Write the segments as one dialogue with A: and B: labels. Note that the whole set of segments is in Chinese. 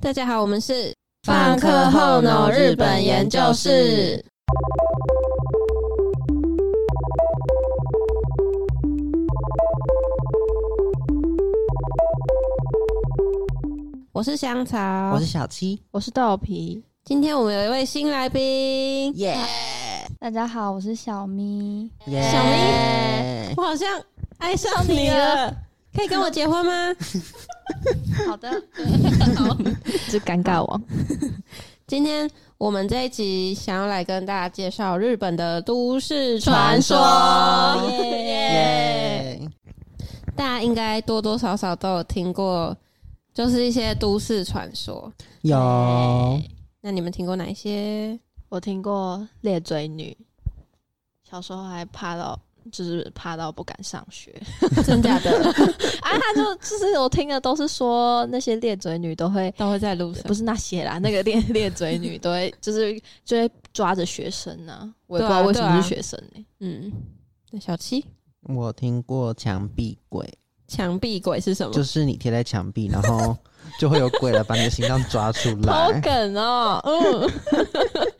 A: 大家好，我们是
B: 放课后脑日本研究室。
A: 我是香草，
B: 我是小七，
C: 我是豆皮。
A: 今天我们有一位新来宾，
B: 耶
C: 大家好，我是小咪。
B: 耶！
A: 小咪我好像爱上你了，可以跟我结婚 吗？
C: 好的，这尴尬王。
A: 今天我们这一集想要来跟大家介绍日本的都市传说，耶！
B: 耶！
A: 大家应该多多少少都有听过，就是一些都市传说。
B: 有
A: 那你们听过哪一些？
C: 我听过裂嘴女，小时候还怕到，就是怕到不敢上学
A: 真假的
C: 啊！他就就是我听的都是说那些裂嘴女都会，
A: 都会在路上
C: 不。是那 些啦，那个裂裂嘴女都会，就是就会抓着学生呐、我也不知
A: 对
C: 道
A: 啊
C: 为什
A: 对啊
C: 么是学生欸呢、
A: 嗯，那小七
B: 我听过墙壁鬼，
A: 墙壁鬼是什么？
B: 就是你贴在墙壁，然后 就会有鬼来把你的心脏抓出
A: 啊
C: 好
B: 来。
C: 梗哦、嗯，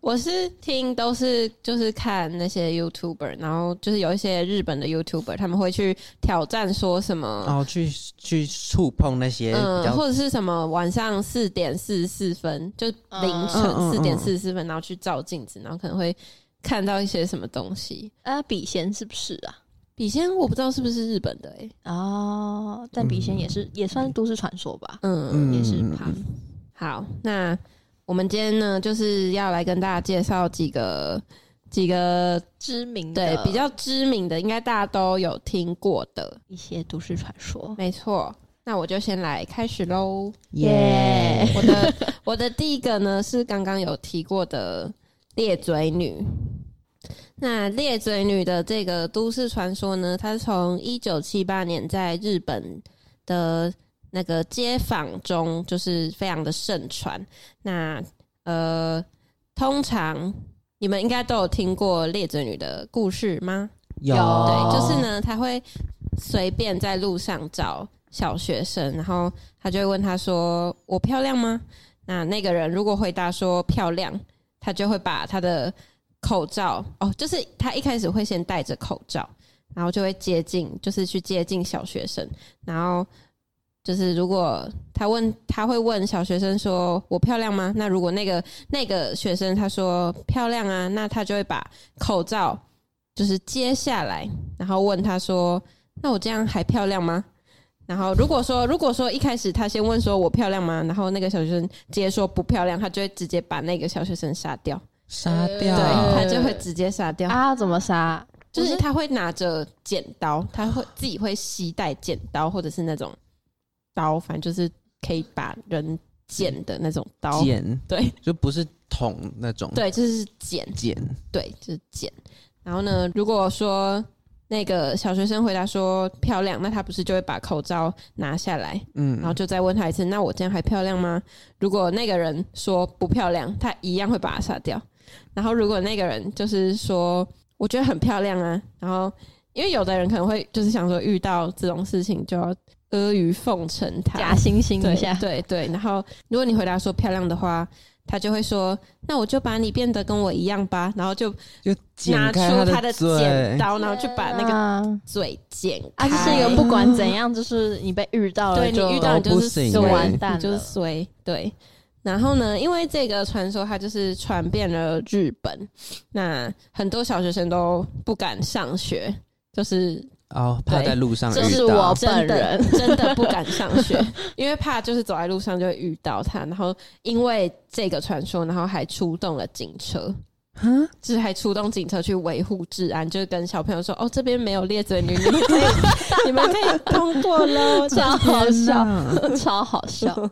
A: 我是听都是就是看那些 YouTuber，然后就是有一些日本的 YouTuber，他们会去挑战说什么。
B: 然后去去触碰那些比
A: 嗯，
B: 较
A: 或者是什么晚上四点四十四分，就凌
B: 嗯嗯
A: 晨
B: 嗯
A: 四点四十四分，然后去照镜子，然后可能会看到一些什么东西。
C: 啊，笔仙是不是啊？
A: 笔仙我不知道是不是日本的哎、欸，
C: 哦，但笔仙也是、也算是都市传说吧，
A: 嗯，
B: 嗯
C: 也是怕。
A: 好，那我们今天呢就是要来跟大家介绍几个几个
C: 知名的
A: 对比较知名的，应该大家都有听过的，
C: 一些都市传说。
A: 没错。那我就先来开始喽。
B: 耶，
A: 我的我的第一个呢是刚刚有提过的裂嘴女。那裂嘴女的这个都市传说呢，它是从一九七八年在日本的那个街坊中，就是非常的盛传。那呃，通常你们应该都有听过裂嘴女的故事吗？
B: 有
C: 哦
A: 对，就是呢，他会随便在路上找小学生，然后他就会问他说：“我漂亮吗？”那那个人如果回答说漂亮，他就会把他的口罩哦，就是他一开始会先戴着口罩，然后就会接近，就是去接近小学生，然后。就是如果他问，他会问小学生说：“我漂亮吗？”那如果那个那个学生他说漂亮啊，那他就会把口罩就是接下来，然后问他说：“那我这样还漂亮吗？”然后如果说如果说一开始他先问说我漂亮吗，然后那个小学生直接说不漂亮，他就会直接把那个小学生杀掉，
B: 杀
C: 对
B: 掉
A: 对
C: 哦
A: 他就会直接杀掉。
C: 啊，怎么杀？
A: 就是
C: 不
A: 他会拿着剪刀，他会自己会携带剪刀或者是那种刀，反正就是可以把人剪的那种刀。
B: 剪，
A: 对
B: 就不是捅那种
A: 对，就是剪。
B: 剪，
A: 对，就是剪。然后呢，如果说那个小学生回答说漂亮，那他不是就会把口罩拿下来，
B: 嗯
A: 然，后就再问他一次，那我这样还漂亮吗？如果那个人说不漂亮，他一样会把他杀掉。然后如果那个人就是说我觉得很漂亮啊，然后因为有的人可能会就是想说遇到这种事情就要阿谀奉承他，
C: 假惺惺
A: 对
C: 一下，
A: 对对，然后如果你回答说漂亮的话，他就会说：“那我就把你变得跟我一样吧。”然后就
B: 就剪
A: 拿
B: 开
A: 出他
B: 的
A: 剪
B: 嘴，
A: 刀，然后就把那个
C: 个
A: 嘴剪开。
C: 啊，就是一个不管怎样，就是你被遇到了，
A: 对你
C: 就
A: 遇到你
B: 都
A: 就
B: 不
A: 是
B: 行
A: 衰
B: 欸完
C: 蛋
A: 你就是
C: 了
A: 衰。对，然后呢，因为这个传说它就是传遍了日本，那很多小学生都不敢上学，就是
B: 哦，怕
A: 对
B: 在路上遇
C: 这
B: 到，
C: 是 我
A: 真
C: 哦本
A: 的
C: 人
A: 真的不敢上 学，因为怕就是走在路上就会遇到他，然后因为这个传说，然后还出动了警车。就是还出动警车去维护治安，就是跟小朋友说：“哦，这边没有裂嘴女，你们可以，你们可以通过喽。”这样
C: 超好笑，
B: 啊
C: 超好笑。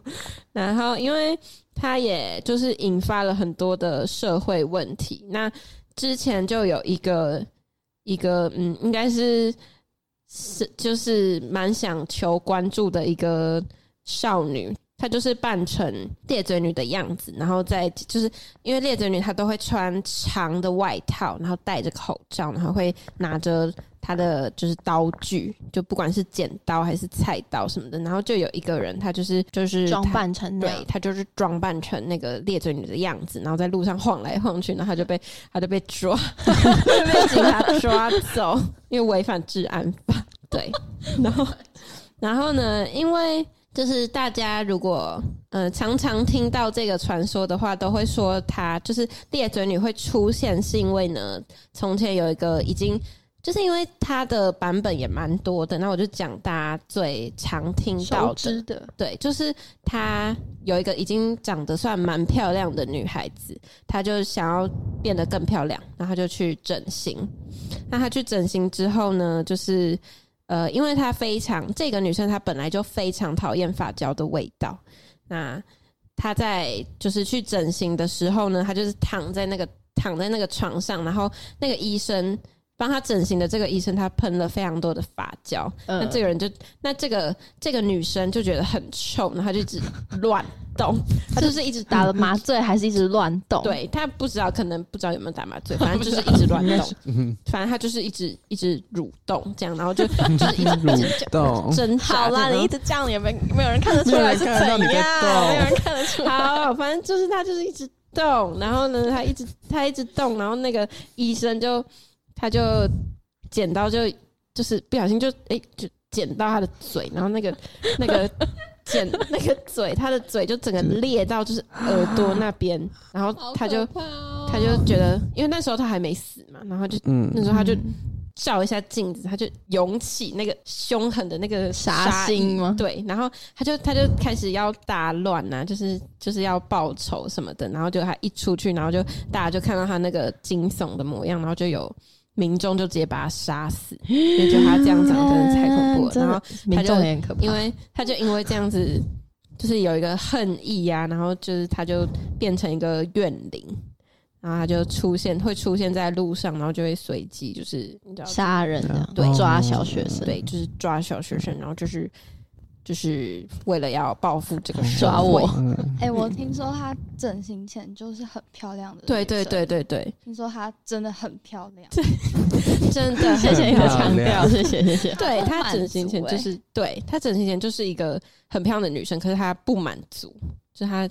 A: 然后，因为它也就是引发了很多的社会问题。那之前就有一个一个嗯，应该是是就是蛮想求关注的一个少女，她就是扮成猎嘴女的样子，然后再就是因为猎嘴女她都会穿长的外套，然后戴着口罩，然后会拿着她的就是刀具，就不管是剪刀还是菜刀什么的，然后就有一个人，他就是就是
C: 装
A: 她
C: 扮成那
A: 对
C: 样，
A: 他就是装扮成那个猎嘴女的样子，然后在路上晃来晃去，然后他就被 他就被抓，被警察抓 走，因为违反治安法。 对，然后然后呢，因为就是大家如果呃常常听到这个传说的话，都会说她就是猎嘴女会出现，是因为呢，从前有一个已经。就是因为它的版本也蛮多的，那我就讲大家最常听到
C: 熟
A: 的，
C: 知的，
A: 对，就是她有一个已经长得算蛮漂亮的女孩子，她就想要变得更漂亮，然后她就去整形。那她去整形之后呢，就是呃，因为她非常这个女生她本来就非常讨厌发胶的味道，那她在就是去整形的时候呢，她就是躺在那个躺在那个床上，然后那个医生。帮她整形的这个医生，他喷了非常多的发胶，那
C: 嗯，
A: 这个人就，那这个这个女生就觉得很臭，然后她就一直乱动，她就是一直
C: 打
A: 打
C: 了
A: 了。
C: 麻醉还是一直乱动，，
A: 对她不知道，可能不知道有没有打麻醉，反正就是一直乱动，反正她就是一直一直蠕动这样，然后就 就是一直
B: 蠕动
A: 挣扎。
C: 好啦，
A: 这样
C: 你一直这样也没没有人看得出来是怎
B: 没有人看得到
C: 样，
B: 你
C: 没
B: 在动
C: 有人看得出来。
A: 好，反正就是他就是一直动，然后呢，他一直他一直动，然后那个医生就他就剪刀就就是不小心就哎、就剪到他的嘴，然后那 个那个剪那个嘴，他的嘴就整个裂到就是耳朵那边，然后他就
B: 哦
A: 他就觉得，因为那时候他还没死嘛，然后就
B: 嗯
A: 那时候他就照一下镜子，他就涌起那个凶狠的那个
C: 杀心
A: 意
C: 吗
A: 对，然后他就他就开始要大乱呐、就是就是要报仇什么的，然后就他一出去，然后就大家就看到他那个惊悚的模样，然后就有民众就直接把他杀死，因为觉得他这样长真的太恐怖了，
C: 嗯真的
A: 然后
C: 民
A: 他
C: 众
A: 就
C: 也很可怕，
A: 因为他就因为这样子，就是有一个恨意啊，然后就是他就变成一个怨灵，然后他就出现会出现在路上，然后就会随机就是你知道
C: 杀人的，
A: 对
C: 抓小学生，
A: 对，就是抓小学生，然后就是就是为了要报复这个社
C: 抓
A: 会
C: 我。
B: 嗯
D: 哎、我听说她整形前就是很漂亮的，
A: 对对，对对对，
D: 听说她真的很漂亮，
A: 真的
C: 谢谢
A: 很
C: 有
A: 漂亮
C: 强调，谢谢谢谢。
A: 对她
D: 满
A: 整形前
D: 足
A: 就
D: 欸
A: 是，对她整形前就是一个很漂亮的女生，可是她不满足，就她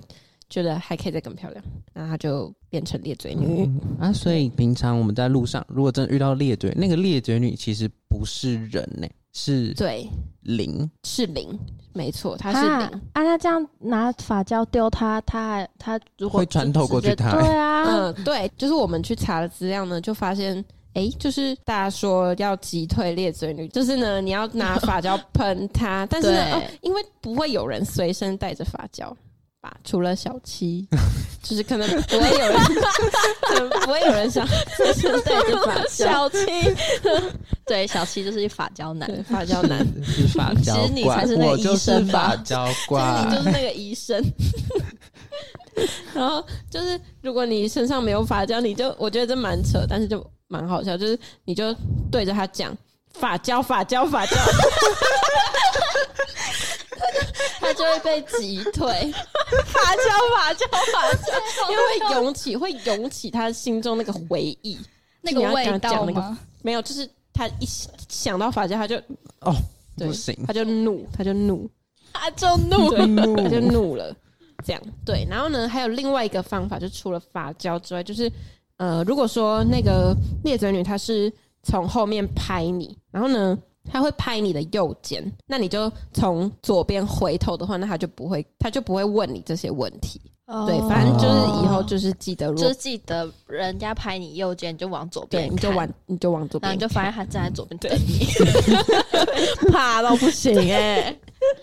A: 觉得还可以再更漂亮，然后她就变成裂嘴女。
B: 啊，所以平常我们在路上，如果真的遇到猎嘴，那个猎嘴女其实不是人呢、是
A: 对，
B: 灵。
A: 是零，没错，她是
C: 啊
A: 零。
C: 啊！他这样拿发胶丢他，他还他如果
B: 会穿透过去
C: 直接
B: 他
C: 对啊，
A: 嗯，对，就是我们去查了资料呢，就发现。诶，就是大家说要击退猎嘴女，就是呢，你要 拿发胶喷她，但是呢、
C: 对
A: 哦因为不会有人随身带着发胶吧，除了小 七，就是可能不会有人， 可能不会有人想随身带着发胶，
C: 小七，对，小七就是一发胶男，
A: 对，发胶男，
B: 是发胶
C: 其实你
B: 怪
C: 才是，那个
B: 我就
C: 医生
B: 是
C: 吧
B: 发胶
A: 就是你就
B: 怪。
A: 是那个医生。然后就是，如果你身上没有发胶，你就我觉得这蛮扯，但是就蛮好笑，就是你就对着他讲发胶发胶发胶， 他就会被击退，
C: 发胶发胶发胶，
A: 因为会涌起，会涌起他心中那个回忆，
D: 那个味道
A: 你要跟她讲那个
D: 吗？
A: 没有，就是他一想到发胶，他就
B: 哦，
A: 对
B: 不行，
A: 他就怒，他就怒，
C: 他就怒
A: 对，
C: 嗯
A: 他就怒了，这样对。然后呢，还有另外一个方法，就除了发胶之外，就是呃，如果说那个猎嘴女她是从后面拍你，然后呢，她会拍你的右肩，那你就从左边回头的话，那她就不会，她就不会问你这些问题。对，
C: 哦
A: 反正就是以后就是记得，如
C: 就
A: 果
C: 是记得人家拍你右肩，你就往左
A: 哦对
C: 边，
A: 你就
C: 看
A: 往你就往左
C: 然
A: 边
C: 后你就
A: 看，
C: 发现他站在左边等你，怕到不行哎！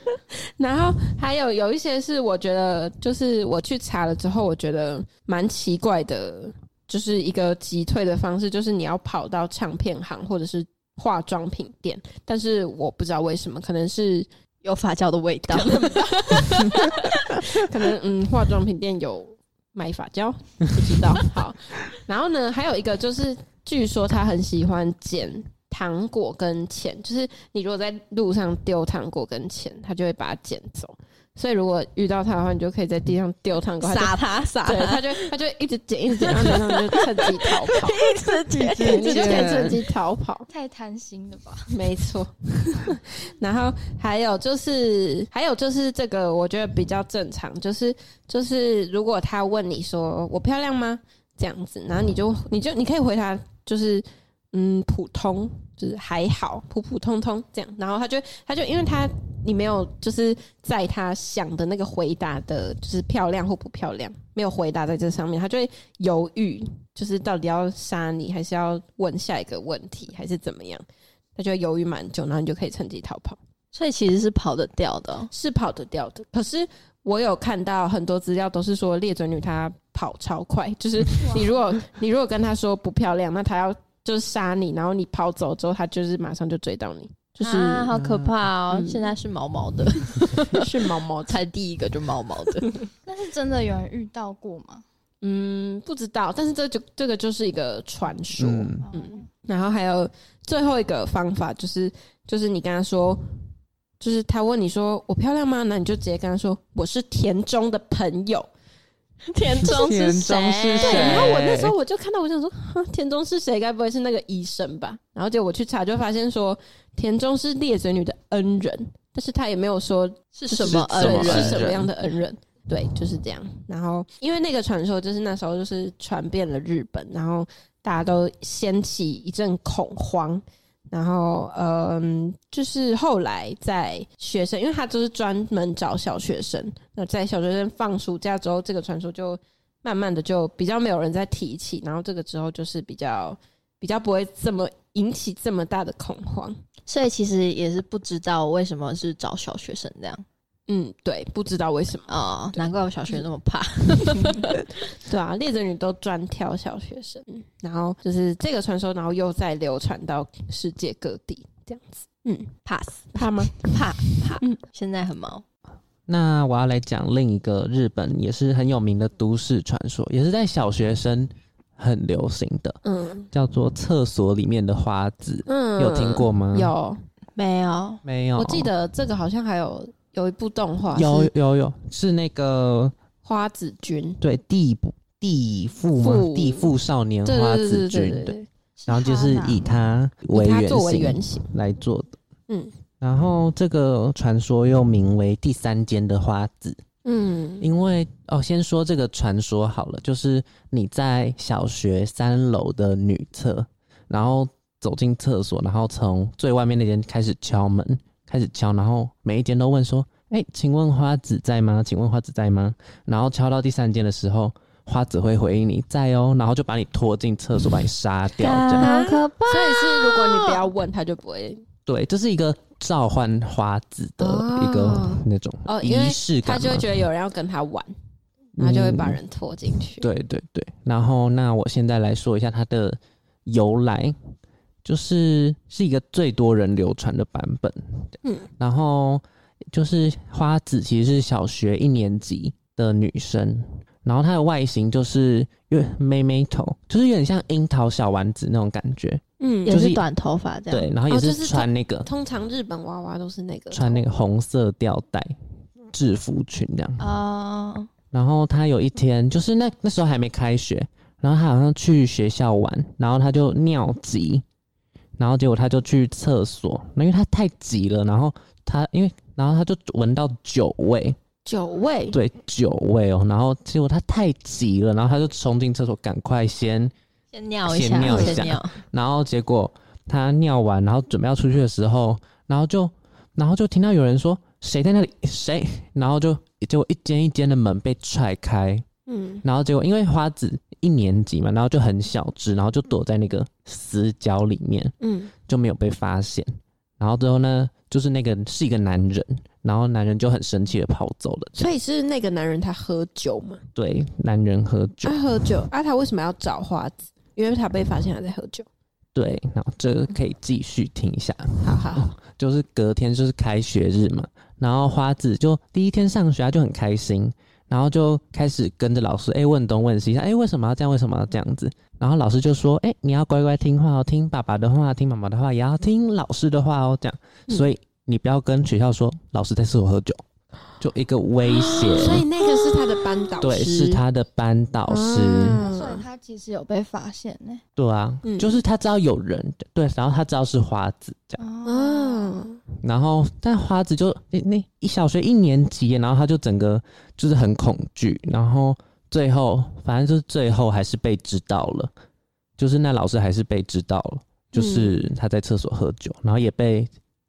A: 然后还有有一些是我觉得，就是我去查了之后，我觉得蛮奇怪的，就是一个击退的方式，就是你要跑到唱片行或者是化妆品店，但是我不知道为什么，可能是
C: 有发胶的味 道，
A: 可能嗯，化妆品店有卖发胶， 不知道。好，然后呢，还有一个就是，据说他很喜欢捡糖果跟钱，就是你如果在路上丢糖果跟钱，他就会把它捡走。所以如果遇到他的话，你就可以在地上丢糖果，他就
C: 撒他撒
A: 对，
C: 他，
A: 他就他就一直捡，一直捡，然后然后就趁机逃跑，
C: 一直接
A: 对，你就可以
B: 捡
A: 趁机逃跑，
D: 太贪心了吧？
A: 没错。然后还有就是，还有就是这个，我觉得比较正常，就是就是如果他问你说我漂亮吗这样子，然后你就你就你可以回答就是嗯普通，就是还好，普普通通这样。然后他就他就因为他你没有就是在他想的那个回答的，就是漂亮或不漂亮，没有回答在这上面，他就会犹豫，就是到底要杀你，还是要问下一个问题，还是怎么样？他就会犹豫蛮久，然后你就可以趁机逃跑，
C: 所以其实是跑得掉的哦。
A: 是跑得掉的。可是我有看到很多资料都是说猎嘴女她跑超快，就是你如果你如果跟她说不漂亮，那她要就是杀你，然后你跑走之后，她就是马上就追到你，就是、
C: 啊，好可怕哦！
A: 嗯
C: 现在是毛毛的，
A: 是毛毛才。
C: 才第一个就毛毛的，
D: 但是真的有人遇到过吗？
A: 嗯，不知道，但是这就这个就是一个传说。
B: 嗯，
D: 哦
A: 嗯然后还有最后一个方法就是，就是你跟他说，就是他问你说我漂亮吗？那你就直接跟他说我是田中的朋友。
C: 田中
B: 田
C: 是
B: 中是
A: 对，
B: 谁
C: 谁？
A: 然后我那时候我就看到，我想说， 哼田中是谁？该不会是那个医生吧？然后结果我去查，就发现说田中是裂嘴女的恩人，但是他也没有说
C: 是
A: 是
C: 什么
B: 什么
C: 恩
A: 是
B: 恩
C: 人？
A: 什么样的恩人？对，就是这样。然后因为那个传说就是那时候就是传遍了日本，然后大家都掀起一阵恐慌。然后，嗯，就是后来在学生，因为他就是专门找小学生，那在小学生放暑假之后，这个传说就慢慢的就比较没有人再提起，然后这个之后就是比较比较不会这么引起这么大的恐慌。
C: 所以其实也是不知道为什么是找小学生这样
A: 嗯，对，不知道为什么。
C: 哦，
A: 对
C: 难怪我小学那么怕。
A: 对啊，猎人女都专挑小学生，然后就是这个传说，然后又再流传到世界各地，这样子。嗯，
C: pass
A: 怕吗？
C: 怕怕
A: 嗯，
C: 现在很毛。
B: 那我要来讲另一个日本也是很有名的都市传说，也是在小学生很流行的，
A: 嗯
B: 叫做厕所里面的花子，
A: 嗯
B: 有听过？吗？哦
A: 有，
C: 没有，
B: 没有？
A: 我记得这个好像还有有一部动画，
B: 有
A: 是
B: 有有是那个
A: 花子君，
B: 对地不地父吗
A: 父？
B: 地父少年
A: 对
B: 嗯花
A: 对对对
B: 子君
A: 对
B: 对，
A: 对
B: 然后就是
D: 哈娜
B: 以他为
A: 以它
B: 原
A: 作为
B: 型
A: 原型，
B: 来做的，
A: 嗯
B: 然后这个传说又名为第三间的花子，
A: 嗯
B: 因为哦，先说这个传说好了，就是你在小学三楼的女厕，然后走进厕所，然后从最外面那间开始敲门，开始敲，然后每一间都问说：“哎、请问花子在吗？请问花子在吗？”然后敲到第三间的时候，花子会回应你在哦，然后就把你拖进厕所，把你杀掉， 这样。
C: 好可怕！
A: 所以是如果你不要问，他就不会
B: 对，这是一个召唤花子的一个
A: 哦
B: 那种
A: 哦因为
B: 仪式
A: 他
B: 感嘛，
A: 就会觉得有人要跟他玩，然后就会把
B: 嗯
A: 人拖进去。
B: 对对对，然后那我现在来说一下它的由来，就是是一个最多人流传的版本。
A: 嗯，
B: 然后就是花子其实是小学一年级的女生，然后她的外形就是有点妹妹头，就是有点像樱桃小丸子那种感觉。
A: 嗯
C: 也
B: 就是
C: 是短头发这样。
B: 对，然后也
A: 哦就是是
B: 穿那个、
A: 通常日本娃娃都是那个
B: 穿那个红色吊带
A: 嗯
B: 制服裙这样。
C: 哦，
B: 然后他有一天，就是那那时候还没开学，然后他好像去学校玩，然后他就尿急，然后结果他就去厕所，那因为他太急了，然后他因为然后他就闻到酒味，
A: 九味，
B: 对酒味哦，然后结果他太急了，然后他就冲进厕所，赶快先，
C: 先尿一下，
B: 先尿
A: 一下
C: 先 尿。
B: 然后结果他尿完，然后准备要出去的时候，然后就然后就听到有人说谁在那里谁，然后就结果一间一间的门被踹开，
A: 嗯
B: 然后结果因为花子一年级嘛，然后就很小只，然后就躲在那个死角里面，
A: 嗯。
B: 就没有被发现。然后最后呢，就是那个是一个男人，然后男人就很生气的跑走了。
A: 所以是那个男人他喝酒嘛？
B: 对，男人喝酒，
A: 他喝酒啊，他为什么要找花子？因为他被发现他在喝酒。
B: 对，然后这个可以继续听一下。
A: 好好好，
B: 就是隔天就是开学日嘛，然后花子就第一天上学，他就很开心，然后就开始跟着老师哎、问东问西，哎、为什么要这样，为什么要这样子？然后老师就说哎、你要乖乖听话哦，听爸爸的话，听妈妈的话，也要听老师的话哦，这样，
A: 嗯
B: 所以你不要跟学校说老师在厕所喝酒，就一个威胁，
A: 哦所以那个是他的班导
B: 对，
A: 师，
B: 是他的班导师，
A: 啊
D: 所以他其实有被发现呢、
B: 对啊，
A: 嗯
B: 就是他知道有人，对，然后他知道是花子这样，
D: 哦
A: 啊，
B: 然后但花子就那那一小学一年级耶，然后他就整个就是很恐惧，然后最后反正就是最后还是被知道了，就是那老师还是被知道了，就是他在厕所喝酒，然后也被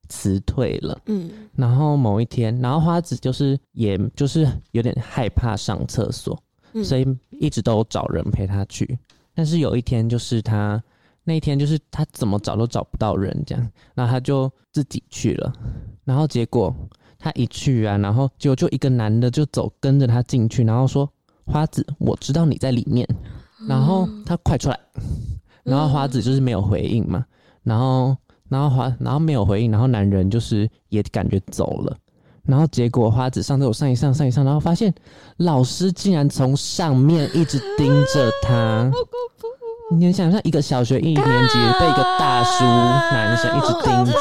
B: 辞退了。
A: 嗯
B: 然后某一天，然后花子就是也就是有点害怕上厕所，
A: 嗯，
B: 所以一直都有找人陪他去。但是有一天，就是他那一天就是他怎么找都找不到人，这样，然后他就自己去了。然后结果他一去啊，然后就就一个男的就走跟着他进去，然后说：“花子，我知道你在里面。”然后他快出来，然后花子就是没有回应嘛，然后然后花然后没有回应，然后男人就是也感觉走了，然后结果花子上厕所上一上上一上，然后发现老师竟然从上面一直盯着他。你能想象一个小学一年级被一个大叔男生一直盯着，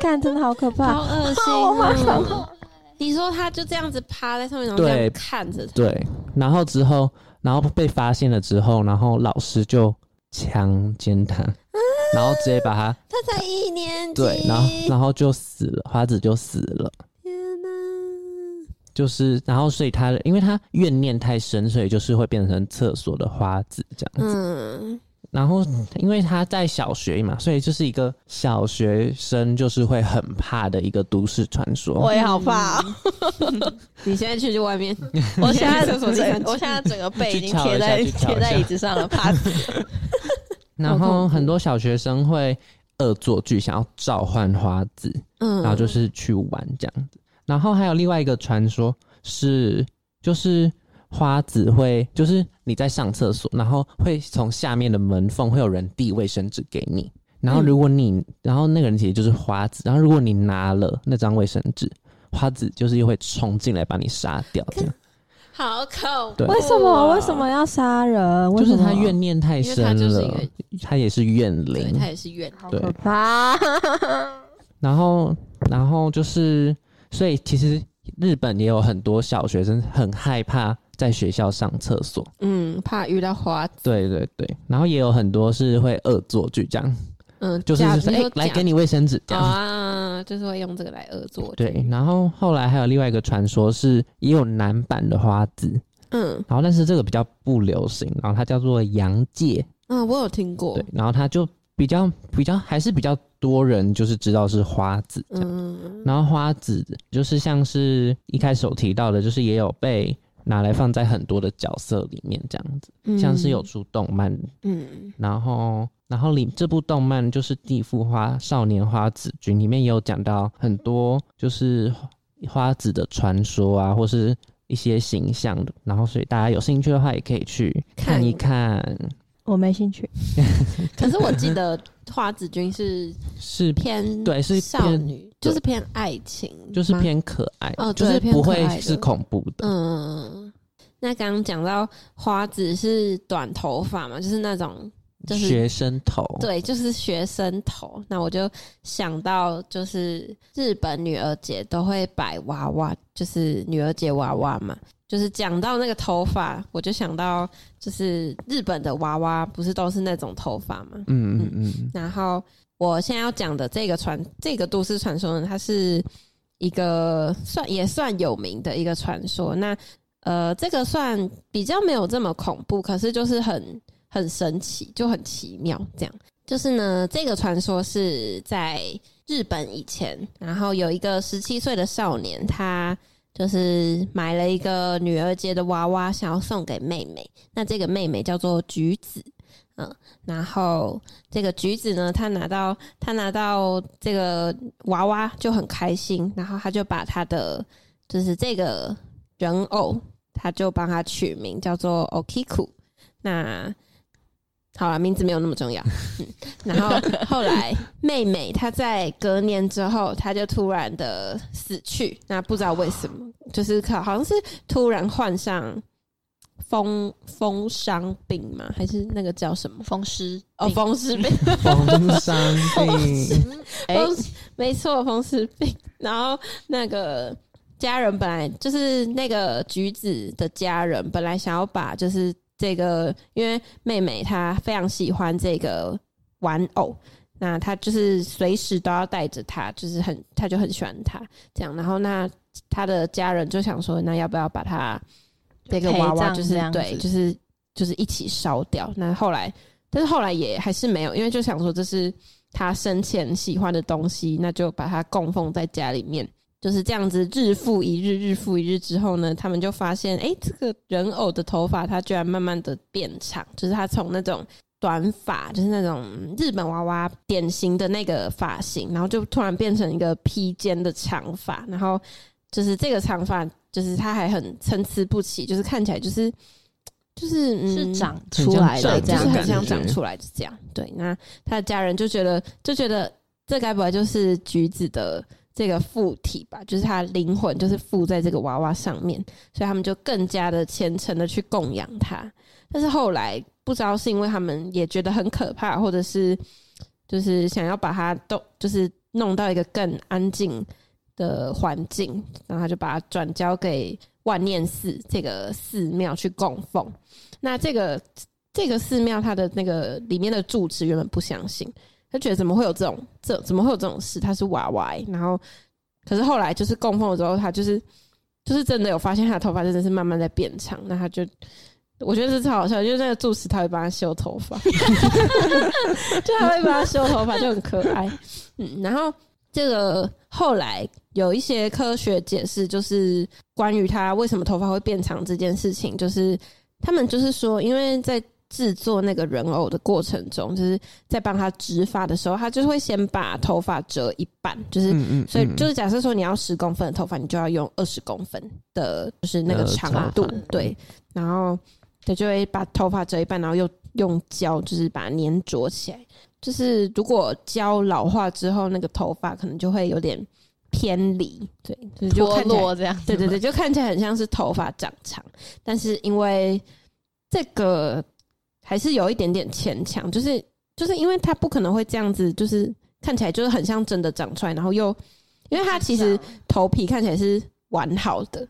E: 看，真的好可怕。
A: 好恶心哦！你说他就这样子趴在上面，然后这
B: 对
A: 样看着他，
B: 对，然后之后，然后被发现了之后，然后老师就强奸他，然后直接把他
A: 他才一年级，
B: 对，然后然后就死了，花子就死了，
A: 天哪！
B: 就是然后所以他因为他怨念太深，所以就是会变成厕所的花子这样子。
A: 嗯，
B: 然后因为他在小学嘛，所以就是一个小学生就是会很怕的一个都市传说
C: 我。也好怕、哦，
A: 你现在去就外面，
C: 我现在
A: 你去厕所里看
C: 整我现在整个背已
B: 去
C: 经
B: 敲一
C: 贴
B: 下
C: 在
B: 去敲一下
C: 贴在椅子上 了，怕死。
B: 然后很多小学生会恶作剧，想要召唤花子，
A: 嗯，
B: 然后就是去玩这样子。然后还有另外一个传说是，就是花子会，就是你在上厕所，然后会从下面的门缝会有人递卫生纸给你，然后如果你，然后那个人其实就是花子，然后如果你拿了那张卫生纸，花子就是又会冲进来把你杀掉，这样
A: 好恐怖
B: 对
A: 哦，
E: 为什么为什么要杀人？
B: 就是
E: 为什么
B: 他怨念太
A: 因为他
B: 深
A: 就是一
B: 了
A: 个，
B: 他也是怨
A: 对
B: 灵，
A: 他也是怨，
D: 好
B: 对
E: 可怕。
B: 然后，然后就是，所以其实日本也有很多小学生很害怕在学校上厕所，
A: 嗯，怕遇到花，
B: 对对对，然后也有很多是会恶作剧这样，
A: 嗯，
B: 就是
A: 假
B: 说哎、
A: 你说
B: 来
A: 假
B: 给你卫生纸这样。
A: 啊，就是会用这个来恶作剧，
B: 对，然后后来还有另外一个传说是，也有男版的花子，
A: 嗯
B: 然后但是这个比较不流行，然后它叫做洋介，
A: 嗯，我有听过
B: 对，，然后它就比较比较还是比较多人就是知道是花子这样。
A: 嗯
B: 然后花子就是像是一开始有提到的，就是也有被拿来放在很多的角色里面这样子，
A: 嗯
B: 像是有出动漫，
A: 嗯
B: 然后然后里这部动漫就是《地缚花少年花子君》里面也有讲到很多就是花子的传说啊，或是一些形象的，然后所以大家有兴趣的话也可以去看一看，
E: 我没兴趣。
A: 可是我记得花子君是
B: 是
A: 偏
B: 对是
A: 少
B: 偏
A: 女，就是偏爱情，
B: 就是
A: 吗
B: 偏可爱，
A: 哦
B: 就
A: 对
B: 是
A: 偏
B: 不
A: 可
B: 会
A: 爱的
B: 是恐怖的，
A: 嗯，那刚刚讲到花子是短头发嘛，就是那种就是
B: 学生头，
A: 对，就是学生头。那我就想到，就是日本女儿节都会摆娃娃，就是女儿节娃娃嘛。就是讲到那个头发，我就想到，就是日本的娃娃不是都是那种头发吗？
B: 嗯嗯嗯，
A: 然后我现在要讲的这个传这个都市传说呢，它是一个算也算有名的一个传说。那呃，这个算比较没有这么恐怖，可是就是很很神奇，就很奇妙。这样就是呢，这个传说是在日本以前，然后有一个十七岁的少年，他就是买了一个女儿节的娃娃，想要送给妹妹。那这个妹妹叫做橘子，嗯，然后这个橘子呢，他拿到他拿到这个娃娃就很开心，然后他就把他的就是这个人偶，他就帮他取名叫做 Okiku。那好了，名字没有那么重要。 嗯、然后后来妹妹她在隔年之后，她就突然的死去，那不知道为什么，就是可好像是突然患上风风伤病吗？还是那个叫什么？
C: 风湿哎
A: 哦，
C: 病
A: 风湿病，哦
B: 风伤病，
C: 嗯哎
A: 风湿没错，风湿病。然后那个家人本来就是那个橘子的家人，本来想要把就是这个，因为妹妹她非常喜欢这个玩偶，那她就是随时都要带着它，就是很她就很喜欢它这样。然后那她的家人就想说，那要不要把它这个
C: 陪
A: 娃娃
C: 葬
A: 就是
C: 这样
A: 对，
C: 子
A: 就是就是一起烧掉？那后来，但是后来也还是没有，因为就想说这是。他生前喜欢的东西，那就把它供奉在家里面。就是这样子，日复一日，日复一日之后呢，他们就发现，哎、这个人偶的头发它居然慢慢的变长，就是它从那种短发，就是那种日本娃娃典型的那个发型，然后就突然变成一个披肩的长发，然后就是这个长发，就是它还很参差不齐，就是看起来就是就是、嗯、
C: 是长
B: 很
C: 出
B: 像
C: 来
B: 长
C: 的
A: 对，
C: 这
A: 就是
C: 样
B: 的
A: 很
B: 感
C: 子，
A: 像
B: 觉
A: 长出来，就这样。对，那他的家人就觉得，就觉得这该不会就是橘子的这个附体吧？就是他灵魂就是附在这个娃娃上面，所以他们就更加的虔诚的去供养他。但是后来不知道是因为他们也觉得很可怕，或者是就是想要把它都就是弄到一个更安静的环境，然后他就把它转交给万念寺这个寺庙去供奉。那这个这个寺庙，它的那个里面的住持原本不相信，他觉得怎么会有这种这怎么会有这种事？他是娃娃欸、然后可是后来就是供奉了之后，他就是就是真的有发现他的头发真的是慢慢在变长，那他就。我觉得这超好笑，就是那个住持他会帮他修头发， 就他会帮他修头发，就很可爱。嗯，然后这个后来有一些科学解释，就是关于他为什么头发会变长这件事情，就是他们就是说，因为在制作那个人偶的过程中，就是在帮他植发的时候，他就会先把头发折一半，就是
B: 嗯嗯，
A: 所以
B: 嗯
A: 就是假设说你要十公分的头发，你就要用二十公分的，就是那个
B: 的
A: 长
B: 长
A: 度
B: 发，
A: 对，然后他就会把头发折一半，然后又用胶就是把它粘着起来。就是如果胶老化之后，那个头发可能就会有点偏离，对，就是就
C: 脱
A: 看起来
C: 落这样子，
A: 对对对，就看起来很像是头发长长，但是因为这个还是有一点点牵强，就是就是因为它不可能会这样子，就是看起来就是很像真的长出来，然后又因为它其实
B: 啊
A: 头皮看起来是完好的，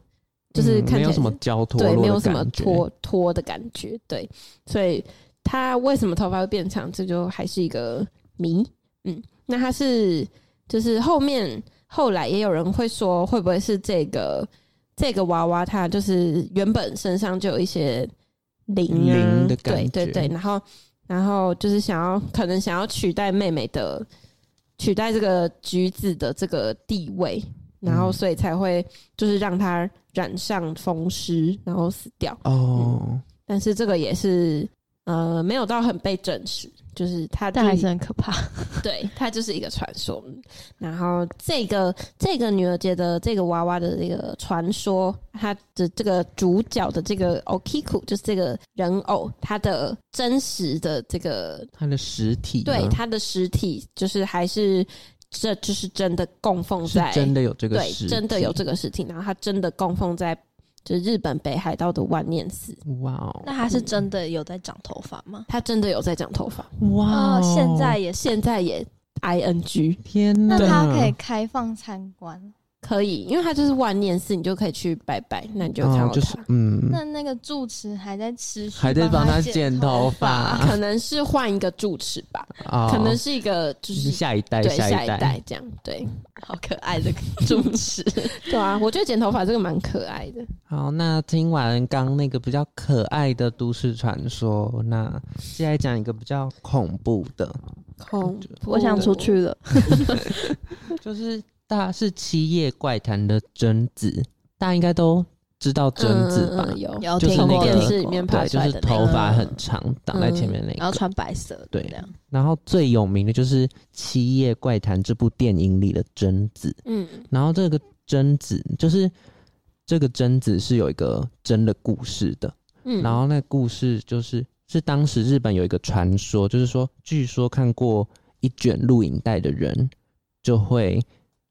A: 就是
B: 嗯
A: 看起来
B: 没有
A: 是
B: 什么交脱
A: 对，
B: 落
A: 没有
B: 的
A: 什么
B: 感觉
A: 脱脱的感觉，对，所以他为什么头发会变长，这就还是一个谜。嗯，那他是就是后面后来也有人会说，会不会是这个这个娃娃它就是原本身上就有一些灵啊
B: 灵的感
A: 对对
B: 觉
A: 对，然后然后就是想要可能想要取代妹妹的取代这个橘子的这个地位，然后
B: 嗯
A: 所以才会就是让它染上风湿，然后死掉。
B: 哦，
A: 但是这个也是呃没有到很被证实，就是它
C: 但还
A: 就是
C: 很可 怕。
A: 对，它就是一个传说。然后这个这个女儿节的这个娃娃的这个传说，它的这个主角的这个 Okiku 就是这个人偶，它的真实的这个
B: 它的实体
A: 对
B: 吗
A: 它的实体，就是还是这就是真的供奉
B: 是
A: 在
B: 真的有这个
A: 对
B: 实体，
A: 真的有这个实体，然后它真的供奉在就是日本北海道的万念寺，
B: 哇哦
C: 那他是真的有在长头发吗？
A: 它真的有在长头发，
B: 哇
D: 哦
B: 哦，，
D: 现在也是。
A: 现在也 I N G
B: 天哪，
D: 那它可以开放参观。
A: 可以，因为它就是万念寺，你就可以去拜拜，那你就看到
B: 哦
A: 它。
B: 就是嗯，
D: 那那个住持还在持续
B: 还在帮
D: 他
B: 他剪头
D: 头
B: 发
A: 可能是换一个住持吧，
B: 啊 哦
A: 可能是一个就
B: 就是
A: 是
B: 下一代
A: 对下
B: 一代，
A: 这样对
C: 好可爱的 主持，
A: 对啊，我觉得剪头发这个蛮可爱的。
B: 好，那听完刚那个比较可爱的都市传说，那接下来讲一个比较恐怖的，
A: 恐怖，
E: 我想
B: 哦
E: 出去了。
B: 就是大是《七夜怪谈》的贞子，大家应该都知道贞子吧？
A: 嗯嗯嗯有
C: 有
B: 就是
C: 听
B: 那
C: 过
B: 个
A: 电视里面
B: 对，
A: 拍出
B: 就
A: 来
B: 是
A: 的那
B: 头
A: 个，嗯
B: 发很长，挡在前面那
C: 然后
B: 个。
C: 穿白色的，
B: 对
C: 这样
B: 然后最有名的就是《七夜怪谈》这部电影里的贞子，
A: 嗯
B: 然后这个贞子就是这个贞子是有一个真的故事的，
A: 嗯，
B: 然后那故事就是是当时日本有一个传说，就是说据说看过一卷录影带的人就会，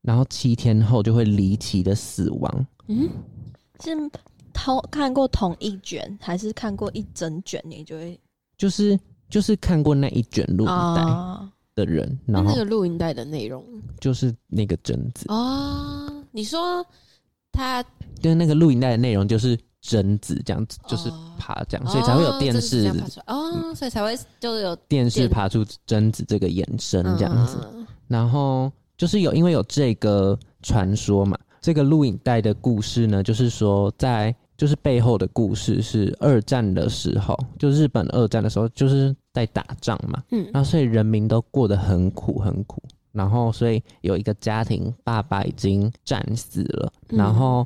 B: 然后七天后就会离奇的死亡，
A: 嗯
C: 是同看过同一卷，还是看过一整卷，你就会
B: 就是就是看过那一卷录影
A: 哦
B: 带
C: 啊
B: 的人，
A: 那
B: 然
A: 那
B: 后
A: 个录影带的内容
B: 就是那个贞子，
A: 哦，你说他
B: 就是那个录影带的内容就是贞子这样子，就是
A: 哦
B: 爬这样，所以才会有
A: 哦
B: 电
A: 这是这
B: 视嗯
A: 样爬出来哦，所以才会就是有
B: 电视
A: 电
B: 爬出贞子这个延伸这样子。
A: 嗯
B: 然后就是有因为有这个传说嘛，这个录影带的故事呢，就是说在就是背后的故事是二战的时候，就日本二战的时候就是在打仗嘛，
A: 嗯
B: 然后所以人民都过得很苦很苦，然后所以有一个家庭爸爸已经战死了，
A: 嗯
B: 然后。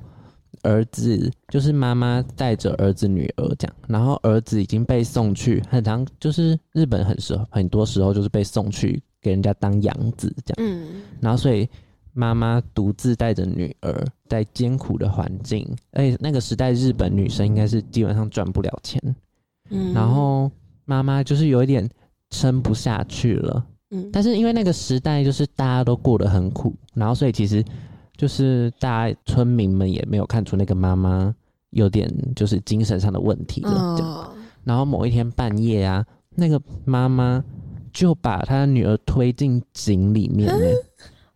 B: 儿子就是妈妈带着儿子女儿这样，然后儿子已经被送去，很常就是日本很时候很多时候就是被送去给人家当养子这样。
A: 嗯
B: 然后所以妈妈独自带着女儿在艰苦的环境，而且那个时代日本女生应该是基本上赚不了钱，
A: 嗯
B: 然后妈妈就是有一点撑不下去了。
A: 嗯
B: 但是因为那个时代就是大家都过得很苦，然后所以其实就是大家村民们也没有看出那个妈妈有点就是精神上的问题了。这样
A: 哦
C: 嗯
B: 然后某一天半夜啊，那个妈妈就把她女儿推进井里 面呢、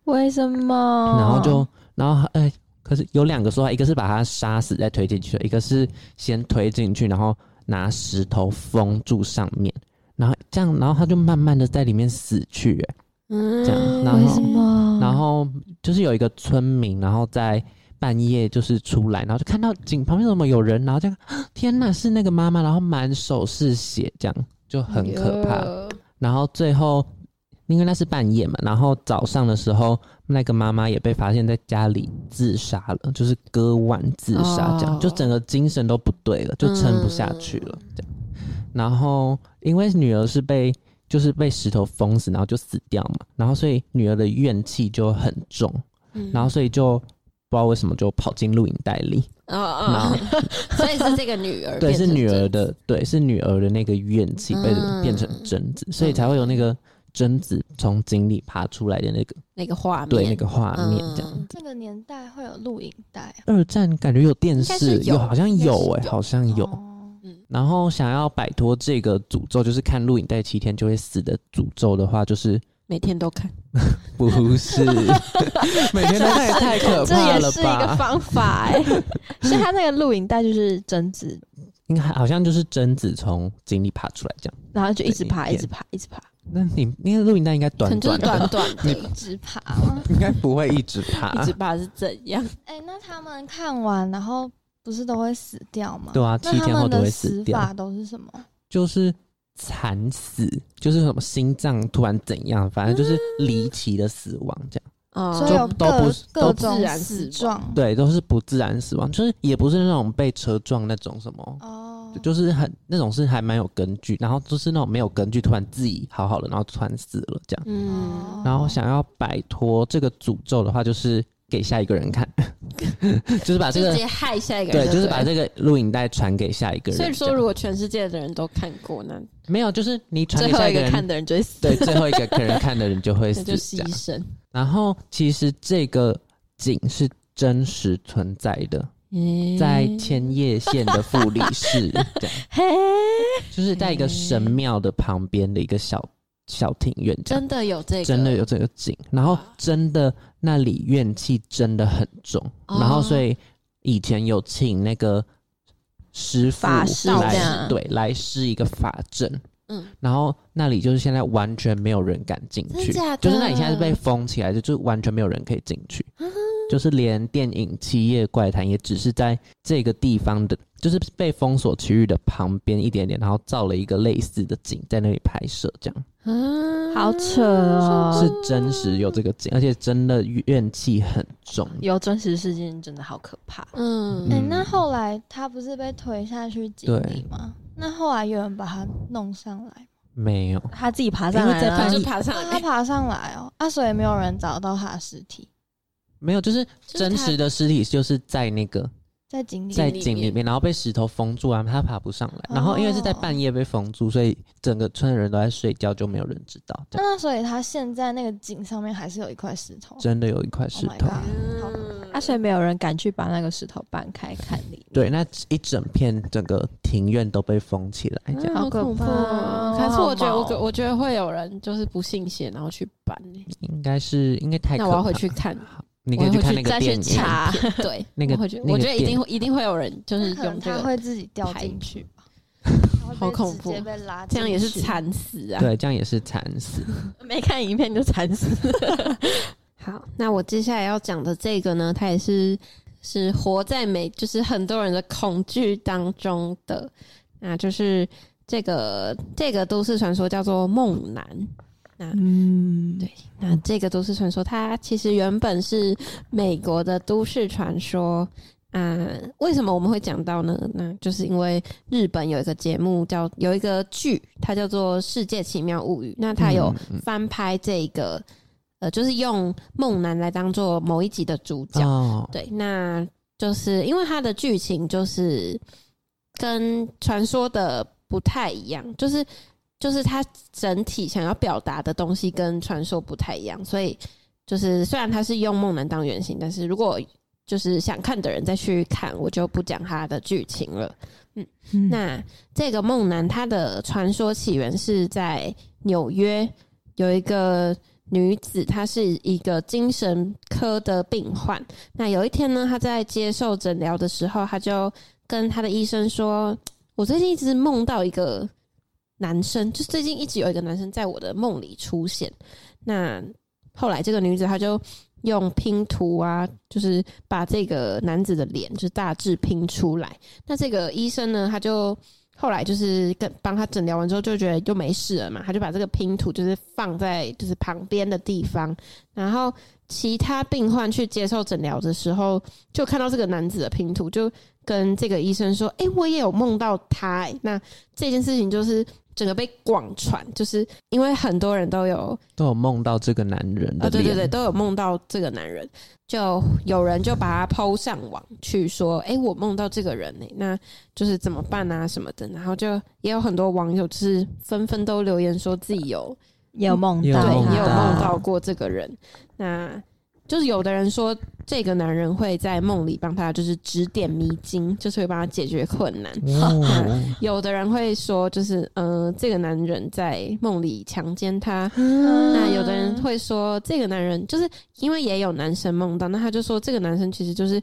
E: 为什么？
B: 然后就，然后哎、可是有两个说法，一个是把他杀死再推进去，一个是先推进去，然后拿石头封住上面，然后这样，然后他就慢慢的在里面死去，哎
A: 嗯
B: 这样然后
E: 为什
D: 嗯
E: 么？
B: 然后就是有一个村民，然后在半夜就是出来，然后就看到井旁边怎么有人，然后这样， 天哪，是那个妈妈，然后满手是血，这样就很可怕。然后最后，因为那是半夜嘛，然后早上的时候，那个妈妈也被发现在家里自杀了，就是割腕自杀，这样、
A: 哦
B: 就整个精神都不对了，就撑不下去了，这样。然后因为女儿是被就是被石头封死，然后就死掉嘛，然后所以女儿的怨气就很重，
A: 嗯
B: 然后所以就。不知道为什么就跑进录影带里，
A: 哦
C: 啊
B: 然后
A: 哦， 所以是这个女儿
B: 对
A: 变
B: 是
A: 成
B: 女儿
A: 贞子
B: 的，对是女儿的那个怨气被
A: 嗯
B: 变成贞子，所以才会有那个贞子从井里爬出来的那个
A: 那个画面，
B: 对那个画面这样。
A: 嗯
D: 这个年代会有录影带啊，
B: 二战感觉有电
A: 应该
B: 视，
A: 是有
B: 好像
A: 应该是
B: 有
A: 有嗯
B: 哎、好像有。
D: 哦
B: 然后想要摆脱这个诅咒，就是看录影带七天就会死的诅咒的话，就是
A: 每天都看，
B: 不 是每天都看也太可
C: 这
B: 呃怕
C: 也
B: 了
C: 是一个
B: 吧？
C: 方法 哎、所以他那个录影带就是贞子，
B: 应该好像就是贞子从井里爬出来这样。
C: 然后就一直
B: 对
C: 爬，
B: 一
C: 一
B: 片
C: 直爬，一直爬。
B: 那你那个录影带应该
A: 可
B: 短
A: 能就是
B: 短
A: 短
B: 的，
A: 短的，一
D: 直爬吗？
B: 应该不会一直爬。
A: 直把是怎样？
D: 哎、那他们看完然后不是都会死掉吗？
B: 对啊，七
D: 那他
B: 天后
D: 们
B: 都会
D: 的
B: 死
D: 死
B: 掉。
D: 法都是什么？
B: 就是惨死，就是什么心脏突然怎样，反正就是离奇的死亡这样。
A: 哦
D: 所以有
B: 就都不
D: 各
B: 是都
D: 各
A: 不自
D: 种
A: 然死
D: 死
A: 亡
D: 状。
B: 对，都是不自然死亡，就是也不是那种被车撞那种什么，
D: 哦，
B: 就是很那种是还蛮有根据，然后就是那种没有根据，突然自己好好的，然后突然死了这样。
D: 哦
A: 嗯，
B: 然后想要摆脱这个诅咒的话，就是给下一个人看， 就是把这
A: 就直
B: 个
A: 接害下一个人，
B: 对，就是
A: 对
B: 把这个录影带传给下一个人这
A: 所
B: 样。
A: 以说，如果全世界的人都看过，那
B: 没有，就是你传
C: 最
B: 给
C: 后
B: 下
C: 一
B: 个
C: 个
B: 人，
C: 看的人就会死。
B: 对，最后一个可能看的人就 会死
A: 那就
B: 这
A: 是
B: 样
A: 医。生。
B: 然后其实这个井是真实存在的，在千叶县的富里 市，这样
C: 嘿，
B: 就是在一个神庙的旁边的一个小小庭院，这样
A: 真的有这个，
B: 真的有这个井，然后真的那里怨气真的很重，
A: 哦
B: 然后所以以前有请那个师傅
C: 法师
A: 这
B: 来
A: 样
B: 对来施一个法阵，
A: 嗯，
B: 然后那里就是现在完全没有人敢进去，
A: 真假的
B: 就是那里现在是被封起来的，就是完全没有人可以进 去，
A: 嗯
B: 就是连电影《七夜怪谈》也只是在这个地方的，就是被封锁区域的旁边一点点，然后造了一个类似的景在那里拍摄，这样
A: 啊
C: 好扯哦
B: 是真实有这个景，而且真的怨气很重，
C: 有真实事件真的好可怕。
A: 嗯
D: 哎、
B: 嗯
D: 那后来他不是被推下去井里吗？那后来有人把他弄上来，
B: 没有，
C: 他自己爬上来
B: 因为在
A: 哎他
B: 半
A: 就
B: 夜
C: 了，
A: 爬上
D: 那他
A: 来，
D: 爬上来哦，啊，所以没有人找到他的尸体
B: 没有，就是
A: 是
B: 真实的尸体就是在那个
D: 在井里。
B: 在
A: 里
B: 井里
A: 面
B: 面，然后被石头封住啊，他爬不上来。然后因为是在
A: 哦
B: 半夜被封住，所以整个村的人都在睡觉，就没有人知道。这样
D: 那所以他现在那个井上面还是有一块石头。
A: 哦
B: 真的有一块石
D: Oh my
B: 头，
D: god
A: 嗯
D: 好
C: 啊啊，所以没有人敢去把那个石头搬开看里面。
B: 对，那一整片整个庭院都被封起来，哎这样
A: 啊
C: 好可
A: 恐怖哦！
C: 怕
A: 可是我觉得，
C: 好
A: 我
C: 毛
A: 觉我觉得会有人就是不信邪，然后去搬欸、
B: 应该是应该太可
A: 那
B: 怕。
A: 我要回去 看。
B: 你可以去看那个
C: 再
B: 电
C: 去
B: 影，
C: 查，
A: 对，
B: 那个
A: 我会觉得
B: 那个
A: 我觉得一
B: 电
A: 定会一定会有人就是
D: 那可能
A: 用这
D: 他
A: 个，
D: 会自己掉进去吧，他会被
A: 好恐怖
D: 直接被拉进去，
A: 这样也是惨死啊！
B: 对，这样也是惨死。
A: 没看影片就惨死。 好，那我接下来要讲的这个呢，它也是是活在每就是很多人的恐惧当中的，那就是这个这个都市传说叫做梦男。
C: 嗯，
A: 对那这个都市传说，它其实原本是美国的都市传说。啊、为什么我们会讲到呢？那就是因为日本有一个节目叫有一个剧，它叫做《世界奇妙物语》，那它有
B: 嗯
A: 翻拍这个，呃，就是用梦男来当做某一集的主角。
B: 哦，
A: 对，那就是因为它的剧情就是跟传说的不太一样，就是就是它整体想要表达的东西跟传说不太一样，所以就是虽然它是用梦男当原型，但是如果就是想看的人再去看，我就不讲它的剧情了。
C: 嗯
A: 那这个梦男他的传说起源是在纽约，有一个女子，她是一个精神科的病患。那有一天呢，她在接受诊疗的时候，她就跟她的医生说：“我最近一直梦到一个男生，就是最近一直有一个男生在我的梦里出现。”那后来这个女子她就用拼图啊，就是把这个男子的脸就是大致拼出来。那这个医生呢，他就后来就是跟帮他诊疗完之后，就觉得就没事了嘛，他就把这个拼图就是放在就是旁边的地方，然后其他病患去接受诊疗的时候，就看到这个男子的拼图，就跟这个医生说：“诶，我也有梦到他、诶那这件事情就是整个被广传，就是因为很多人都有
B: 都有梦到这个男人
A: 啊，
B: 的
A: 对对对，
B: 脸
A: 都有梦到这个男人，就有人就把他抛上网去说，诶，我梦到这个人呢、那就是怎么办啊什么的，然后就也有很多网友就是纷纷都留言说自己有
C: 也有梦
B: 也有
C: 到，
A: 对，也有梦
B: 到
A: 到过这个人，那就是有的人说这个男人会在梦里帮他就是指点迷津，就是会帮他解决困难，
B: 哦，
A: 有的人会说就是呃，这个男人在梦里强奸他。
C: 啊
D: 嗯。
A: 那有的人会说，这个男人就是因为也有男生梦到，那他就说这个男生其实就是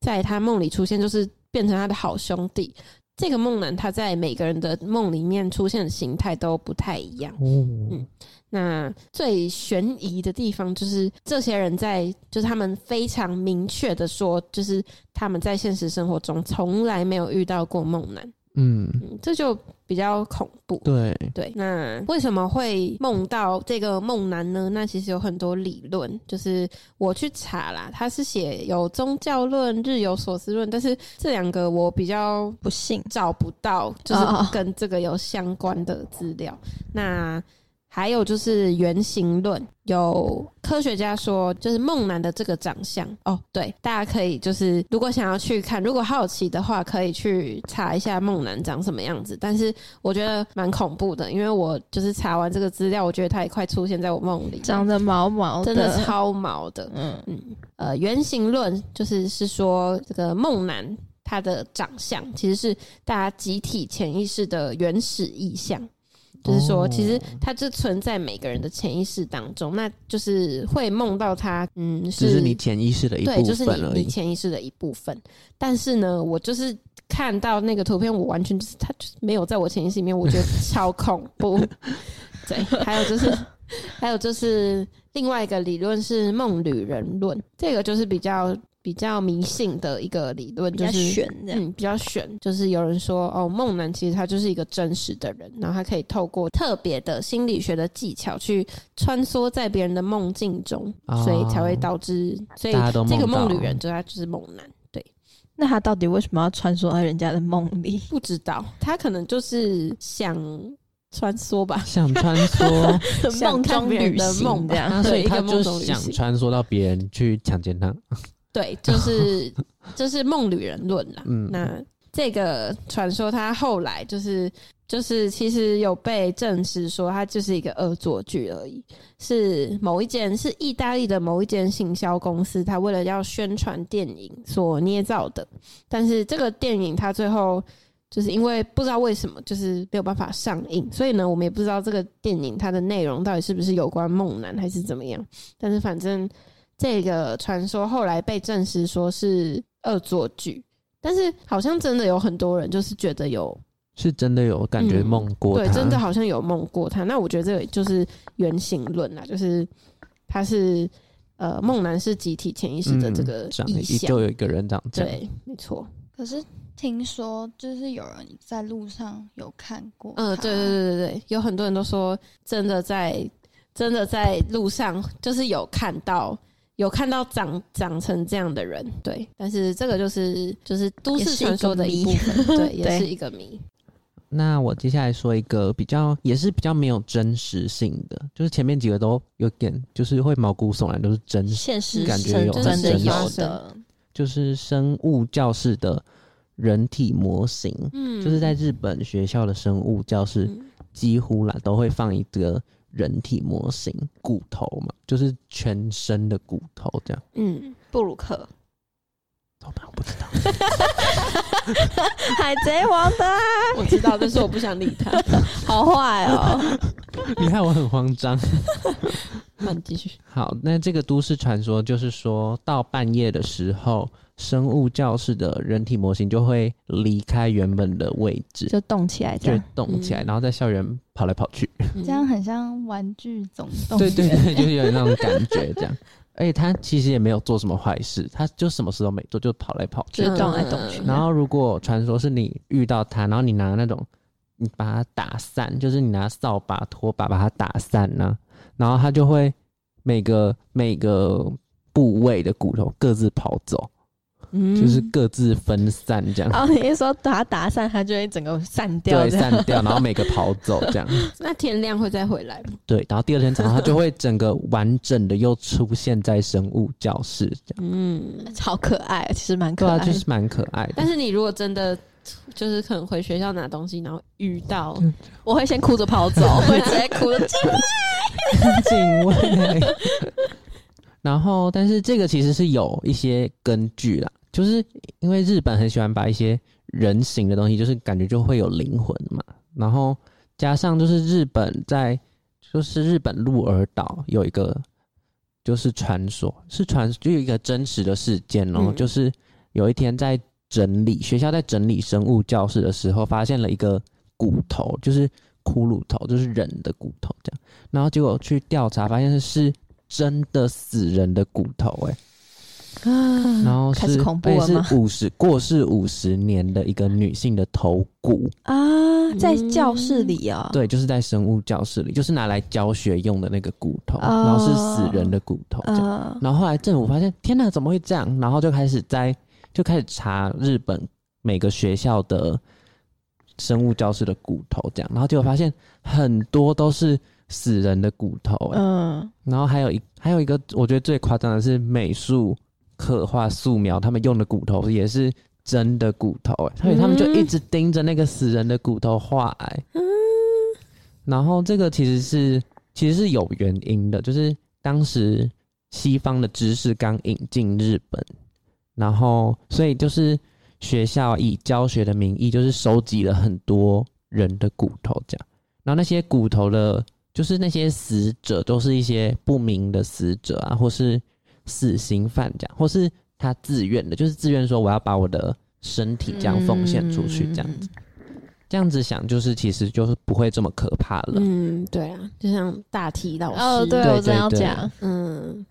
A: 在他梦里出现，就是变成他的好兄弟。这个梦男他在每个人的梦里面出现的形态都不太一样。
B: 哦
A: 那最悬疑的地方就是这些人在，就是他们非常明确的说，就是他们在现实生活中从来没有遇到过梦男，
B: 嗯，
A: 嗯，这就比较恐怖。
B: 对，
A: 对，那为什么会梦到这个梦男呢？那其实有很多理论，就是我去查啦，他是写有宗教论、日有所思论，但是这两个我比较
C: 不信
A: 找不到，就是
C: 哦哦
A: 跟这个有相关的资料。那还有就是原型论，有科学家说，就是梦男的这个长相哦，对，大家可以就是如果想要去看，如果好奇的话，可以去查一下梦男长什么样子。但是我觉得蛮恐怖的，因为我就是查完这个资料，我觉得他也快出现在我梦里，
C: 长得毛毛
A: 真的
C: 的，
A: 超毛的。
C: 嗯，
A: 呃，原型论就是是说这个梦男他的长相其实是大家集体潜意识的原始意向，就是说
B: 哦
A: 其实它就存在每个人的潜意识当中，那就是会梦到他，嗯，
B: 只是你潜意识的一
A: 对，就
B: 部
A: 是
B: 分而
A: 你你
B: 已。
A: 潜意识的一部分。但是呢，我就是看到那个图片，我完全就是它就是没有在我潜意识里面， 我觉得超恐怖。对，还有就是，还有就是另外一个理论是梦旅人论，这个就是比较比较迷信的一个理论，
C: 比
A: 就
C: 较
A: 是
C: 悬这样，
A: 嗯，比较悬，就是有人说哦，梦男其实他就是一个真实的人，然后他可以透过特别的心理学的技巧去穿梭在别人的梦境中，
B: 哦
A: 所以才会导致，所以
B: 大家都
A: 这个
B: 哦梦到
A: 梦旅人就他就是梦男，对，
C: 那他到底为什么要穿梭在人家的梦 里？
A: 不知道他可能就是想穿梭吧，
B: 想穿梭，
A: 梦中旅
C: 的
A: 行
C: 梦这样，
B: 那所
A: 啊对
B: 以
A: 一个
B: 他就
A: 梦中旅
B: 想
A: 行
B: 穿梭到别人去强奸他。
A: 对，就是就是梦旅人论啦，
B: 嗯
A: 那。这个传说，他后来就是就是其实有被证实说，它就是一个恶作剧而已，是某一间是意大利的某一间行销公司，它为了要宣传电影所捏造的。但是这个电影它最后就是因为不知道为什么，就是没有办法上映，所以呢，我们也不知道这个电影它的内容到底是不是有关梦男还是怎么样。但是反正这个传说后来被证实说是恶作剧，但是好像真的有很多人就是觉得有。
B: 是真的有感觉
A: 嗯
B: 梦过
A: 对，
B: 他
A: 真的好像有梦过他。那我觉得这个就是原型论啦，就是他是呃梦男是集体潜意识的
B: 嗯
A: 这个
B: 长
A: 意
B: 一
A: 向，
B: 就有一个人长这样，
A: 对，没错。
D: 可是听说就是有人在路上有看过，
A: 嗯、对对，对对对，有很多人都说真的在真的在路上就是有看到。有看到长长成这样的人，对，但是这个就是就是都
C: 也
A: 市
C: 是一
A: 传说
C: 个
A: 的一部
C: 谜
A: 分，对，也
C: 对
A: 是一个谜。
B: 那我接下来说一个比较也是比较没有真实性的，就是前面几个都有点就是会毛骨悚然，都是真实，
C: 现实
B: 感觉
C: 生
B: 有
C: 真
A: 很
C: 的
A: 真
C: 有
A: 实
C: 的，
B: 就是生物教室的人体模型，
A: 嗯
B: 就是在日本学校的生物教室
A: 嗯
B: 几乎啦都会放一个人体模型，骨头嘛，就是全身的骨头这样。
A: 嗯，
C: 布鲁克，
B: 老板，我不知道，
C: 海贼王的啊
A: 我知道，但是我不想理他。
C: 好坏 哦，
B: 你看我很慌张。
A: 那你继续。
B: 好，那这个都市传说就是说到半夜的时候，生物教室的人体模型就会离开原本的位置，
D: 就动起来这
B: 就会
D: 样，
B: 动起来，
A: 嗯
B: 然后在校园跑来跑去。
D: 这样很像玩具总动
B: 对
D: 员，
B: 对对，就是有点那种感觉这 样。而且他其实也没有做什么坏事，他就什么事都没做，就跑来跑去
C: 就。是动来动去
A: 嗯，
B: 然后如果传说是你遇到他，然后你拿那种你把它打散，就是你拿扫把、拖把把它打散呢、然后它就会每个每个部位的骨头各自跑走，
A: 嗯
B: 就是各自分散这样。
C: 然后你一说把它打散，它就会整个散哦掉
B: 对，
C: 这样，
B: 散掉，然后每个跑走这 样，
A: 那天亮会再回来吗？
B: 对，然后第二天早上它就会整个完整的又出现在生物教室这样，
A: 嗯，
C: 好可爱，其实蛮可
B: 对啊，
C: 爱，
B: 就是蛮可爱的。
A: 但是你如果真的就是可能回学校拿东西，然后遇到，
C: 我会先哭着跑走，会直接哭着
B: 警卫。然后，但是这个其实是有一些根据啦，就是因为日本很喜欢把一些人形的东西，就是感觉就会有灵魂嘛。然后加上就是日本在，就是日本鹿儿岛有一个就是传说，是传就有一个真实的事件哦，
A: 嗯
B: 就是有一天在整理学校在整理生物教室的时候，发现了一个骨头，就是骷髅头，就是人的骨头这样。然后结果去调查，发现是真的死人的骨头、欸，然后
C: 嗯开始
B: 是
C: 恐怖了吗
B: 而且是五十过世五十年的一个女性的头骨，
C: 啊，在
A: 嗯
C: 教室里啊，
B: 对，就是在生物教室里，就是拿来教学用的那个骨头，
C: 哦
B: 然后是死人的骨头这样。
C: 呃，
B: 然后后来政府发现，天哪，怎么会这样？然后就开始在就开始查日本每个学校的生物教室的骨头，这样，然后结果发现很多都是死人的骨头、欸
C: 嗯，
B: 然后还有一还有一个，我觉得最夸张的是美术、刻画、素描，他们用的骨头也是真的骨头、欸，所以他们就一直盯着那个死人的骨头画、欸，然后这个其实是其实是有原因的，就是当时西方的知识刚引进日本，然后所以就是学校以教学的名义，就是收集了很多人的骨头这样，然后那些骨头的，就是那些死者都是一些不明的死者啊，或是死刑犯这样，或是他自愿的，就是自愿说我要把我的身体这样奉献出去这样子。这样子想，就是其实就是不会这么可怕了。
A: 嗯，对啊，就像大体老师，
C: 哦，对，我
B: 对
C: 正要
B: 对
C: 讲，
A: 嗯，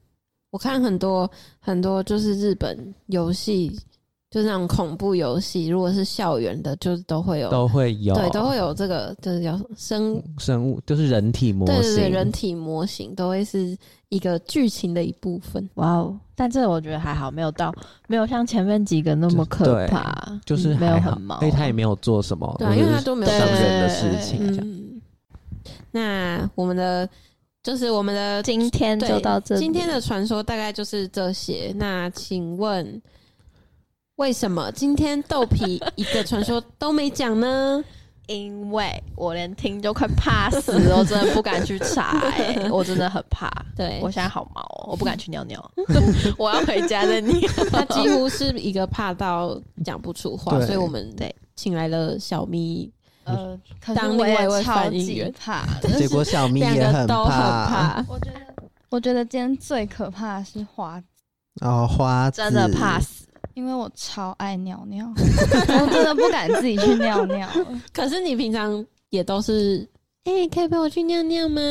A: 我看很多很多就是日本游戏，就是那种恐怖游戏，如果是校园的，就是都会有，
B: 都会有，
A: 对，都会有这个，就是叫什么生。
B: 生物，就是人体模
A: 对
B: 型，
A: 对对，人体模型都会是一个剧情的一部分。
C: 哇哦！但这我觉得还好，没有到没有像前面几个那么可怕，
B: 就是
C: 嗯没有
B: 还好
C: 很毛，
B: 因为他也没有做什么，
A: 对啊因为他
B: 就是
A: 都没有
B: 伤
C: 对
B: 人的事情，这样
A: 嗯，那我们的就是我们的
D: 今天
A: 对
D: 就到这里，
A: 今天的传说大概就是这些。那请问， 为什么今天豆皮一个传说都没讲呢？
C: 因为我连听就快怕死了，我真的不敢去查、欸，我真的很怕。
A: 对
C: 我，现在好毛、哦，我不敢去尿 尿，我要回家再尿。
A: 他几乎是一个怕到讲不出话，
B: 对
A: 所以我们
C: 对
A: 请来了小咪，
D: 呃，可是
A: 当
D: 我
A: 另外
D: 也
A: 一位
D: 超
A: 翻译员
D: 级怕的，
B: 结果小咪
A: 两
B: 也
A: 个
B: 很
A: 都很
B: 怕，
A: 怕，
D: 我觉得，我觉得今天最可怕的是花，
B: 然后哦花
C: 真的怕
B: 死，
C: 死，
D: 因为我超爱尿 尿，我真的不敢自己去尿尿了。
A: 可是你平常也都是，哎、可以陪我去尿尿吗？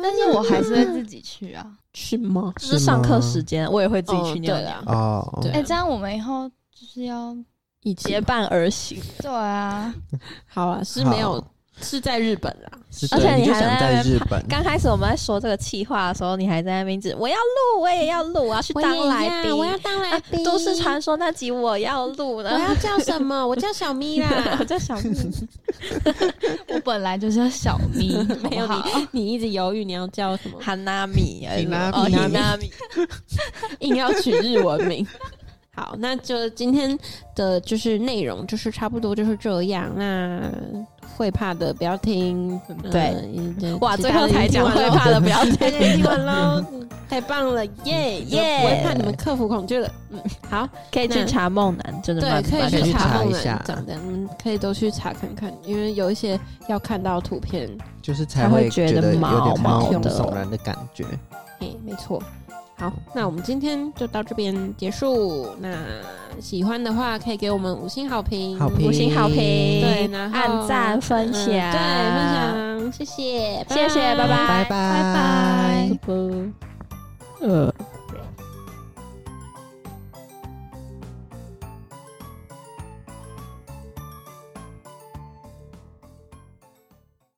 D: 但是我还是会自己去啊。
A: 是吗？
C: 就是上课时间我也会自己去尿
A: 哦对
C: 尿
A: 啊，
B: 哦，
A: 对
D: 哎、这样我们以后就是要
A: 以
C: 结
A: 前
C: 伴而行。
D: 对啊，
A: 好啊，是没有
B: 好，
A: 是在日本啦，
B: 是
C: 而
B: 对
C: 且
B: 你
C: 你
B: 就
C: 还
B: 想
C: 在
B: 在
C: 那边
B: 日本，
C: 刚开始我们在说这个气话的时候，你还在那边指我要录，我也要录，我要去当来宾，啊
A: 我也要当来宾、啊
C: 都市传说那集我要录
A: 我
C: 呢。
A: 要叫什 么？我叫小咪
C: 我
A: 啦。
C: 在想，
D: 我本来就是要小咪，
A: 没有
D: 好不好
A: 你一直犹豫你要叫什么，
C: 哈娜米，
B: Hanami
C: 哦，Hanami
A: 硬要取日文 名。好，那就今天的就是内容就是差不多就是这样。那会怕的不要听，呃
C: 对，
A: 也
C: 哇，
A: 其
C: 最
A: 他
C: 后
A: 的
C: 才
A: 已经
C: 讲
A: 完
C: 会
A: 了
C: 怕的，不要
A: 大家
C: 听。
A: 听完喽， 太棒 了，耶
C: 耶
A: 我会怕你们克服恐惧了。嗯，好，
C: 可以去
A: 那
C: 查梦男，真的
A: 对
C: 蛮，
A: 可
C: 蛮
A: 以去
B: 去
A: 查
B: 查
A: 梦
B: 一
A: 男
B: 下
A: 长的，嗯，可以都去查看看，因为有一些要看到图片，
B: 就是
C: 才
B: 才
C: 会
B: 会
C: 觉得
B: 得有
C: 毛
B: 点毛
A: 毛
B: 骨
A: 的
B: 悚然的感觉。
A: 哎，没错。好，那我们今天就到这边结束。那喜欢的话，可以给我们五星好评，
B: 好评
C: 五星好评，
A: 对然后
C: 按赞分
A: 嗯
C: 享，
A: 对，分享，谢谢，
C: 谢谢拜
B: 拜
C: 拜拜
B: 拜
D: 拜
A: 拜拜。呃。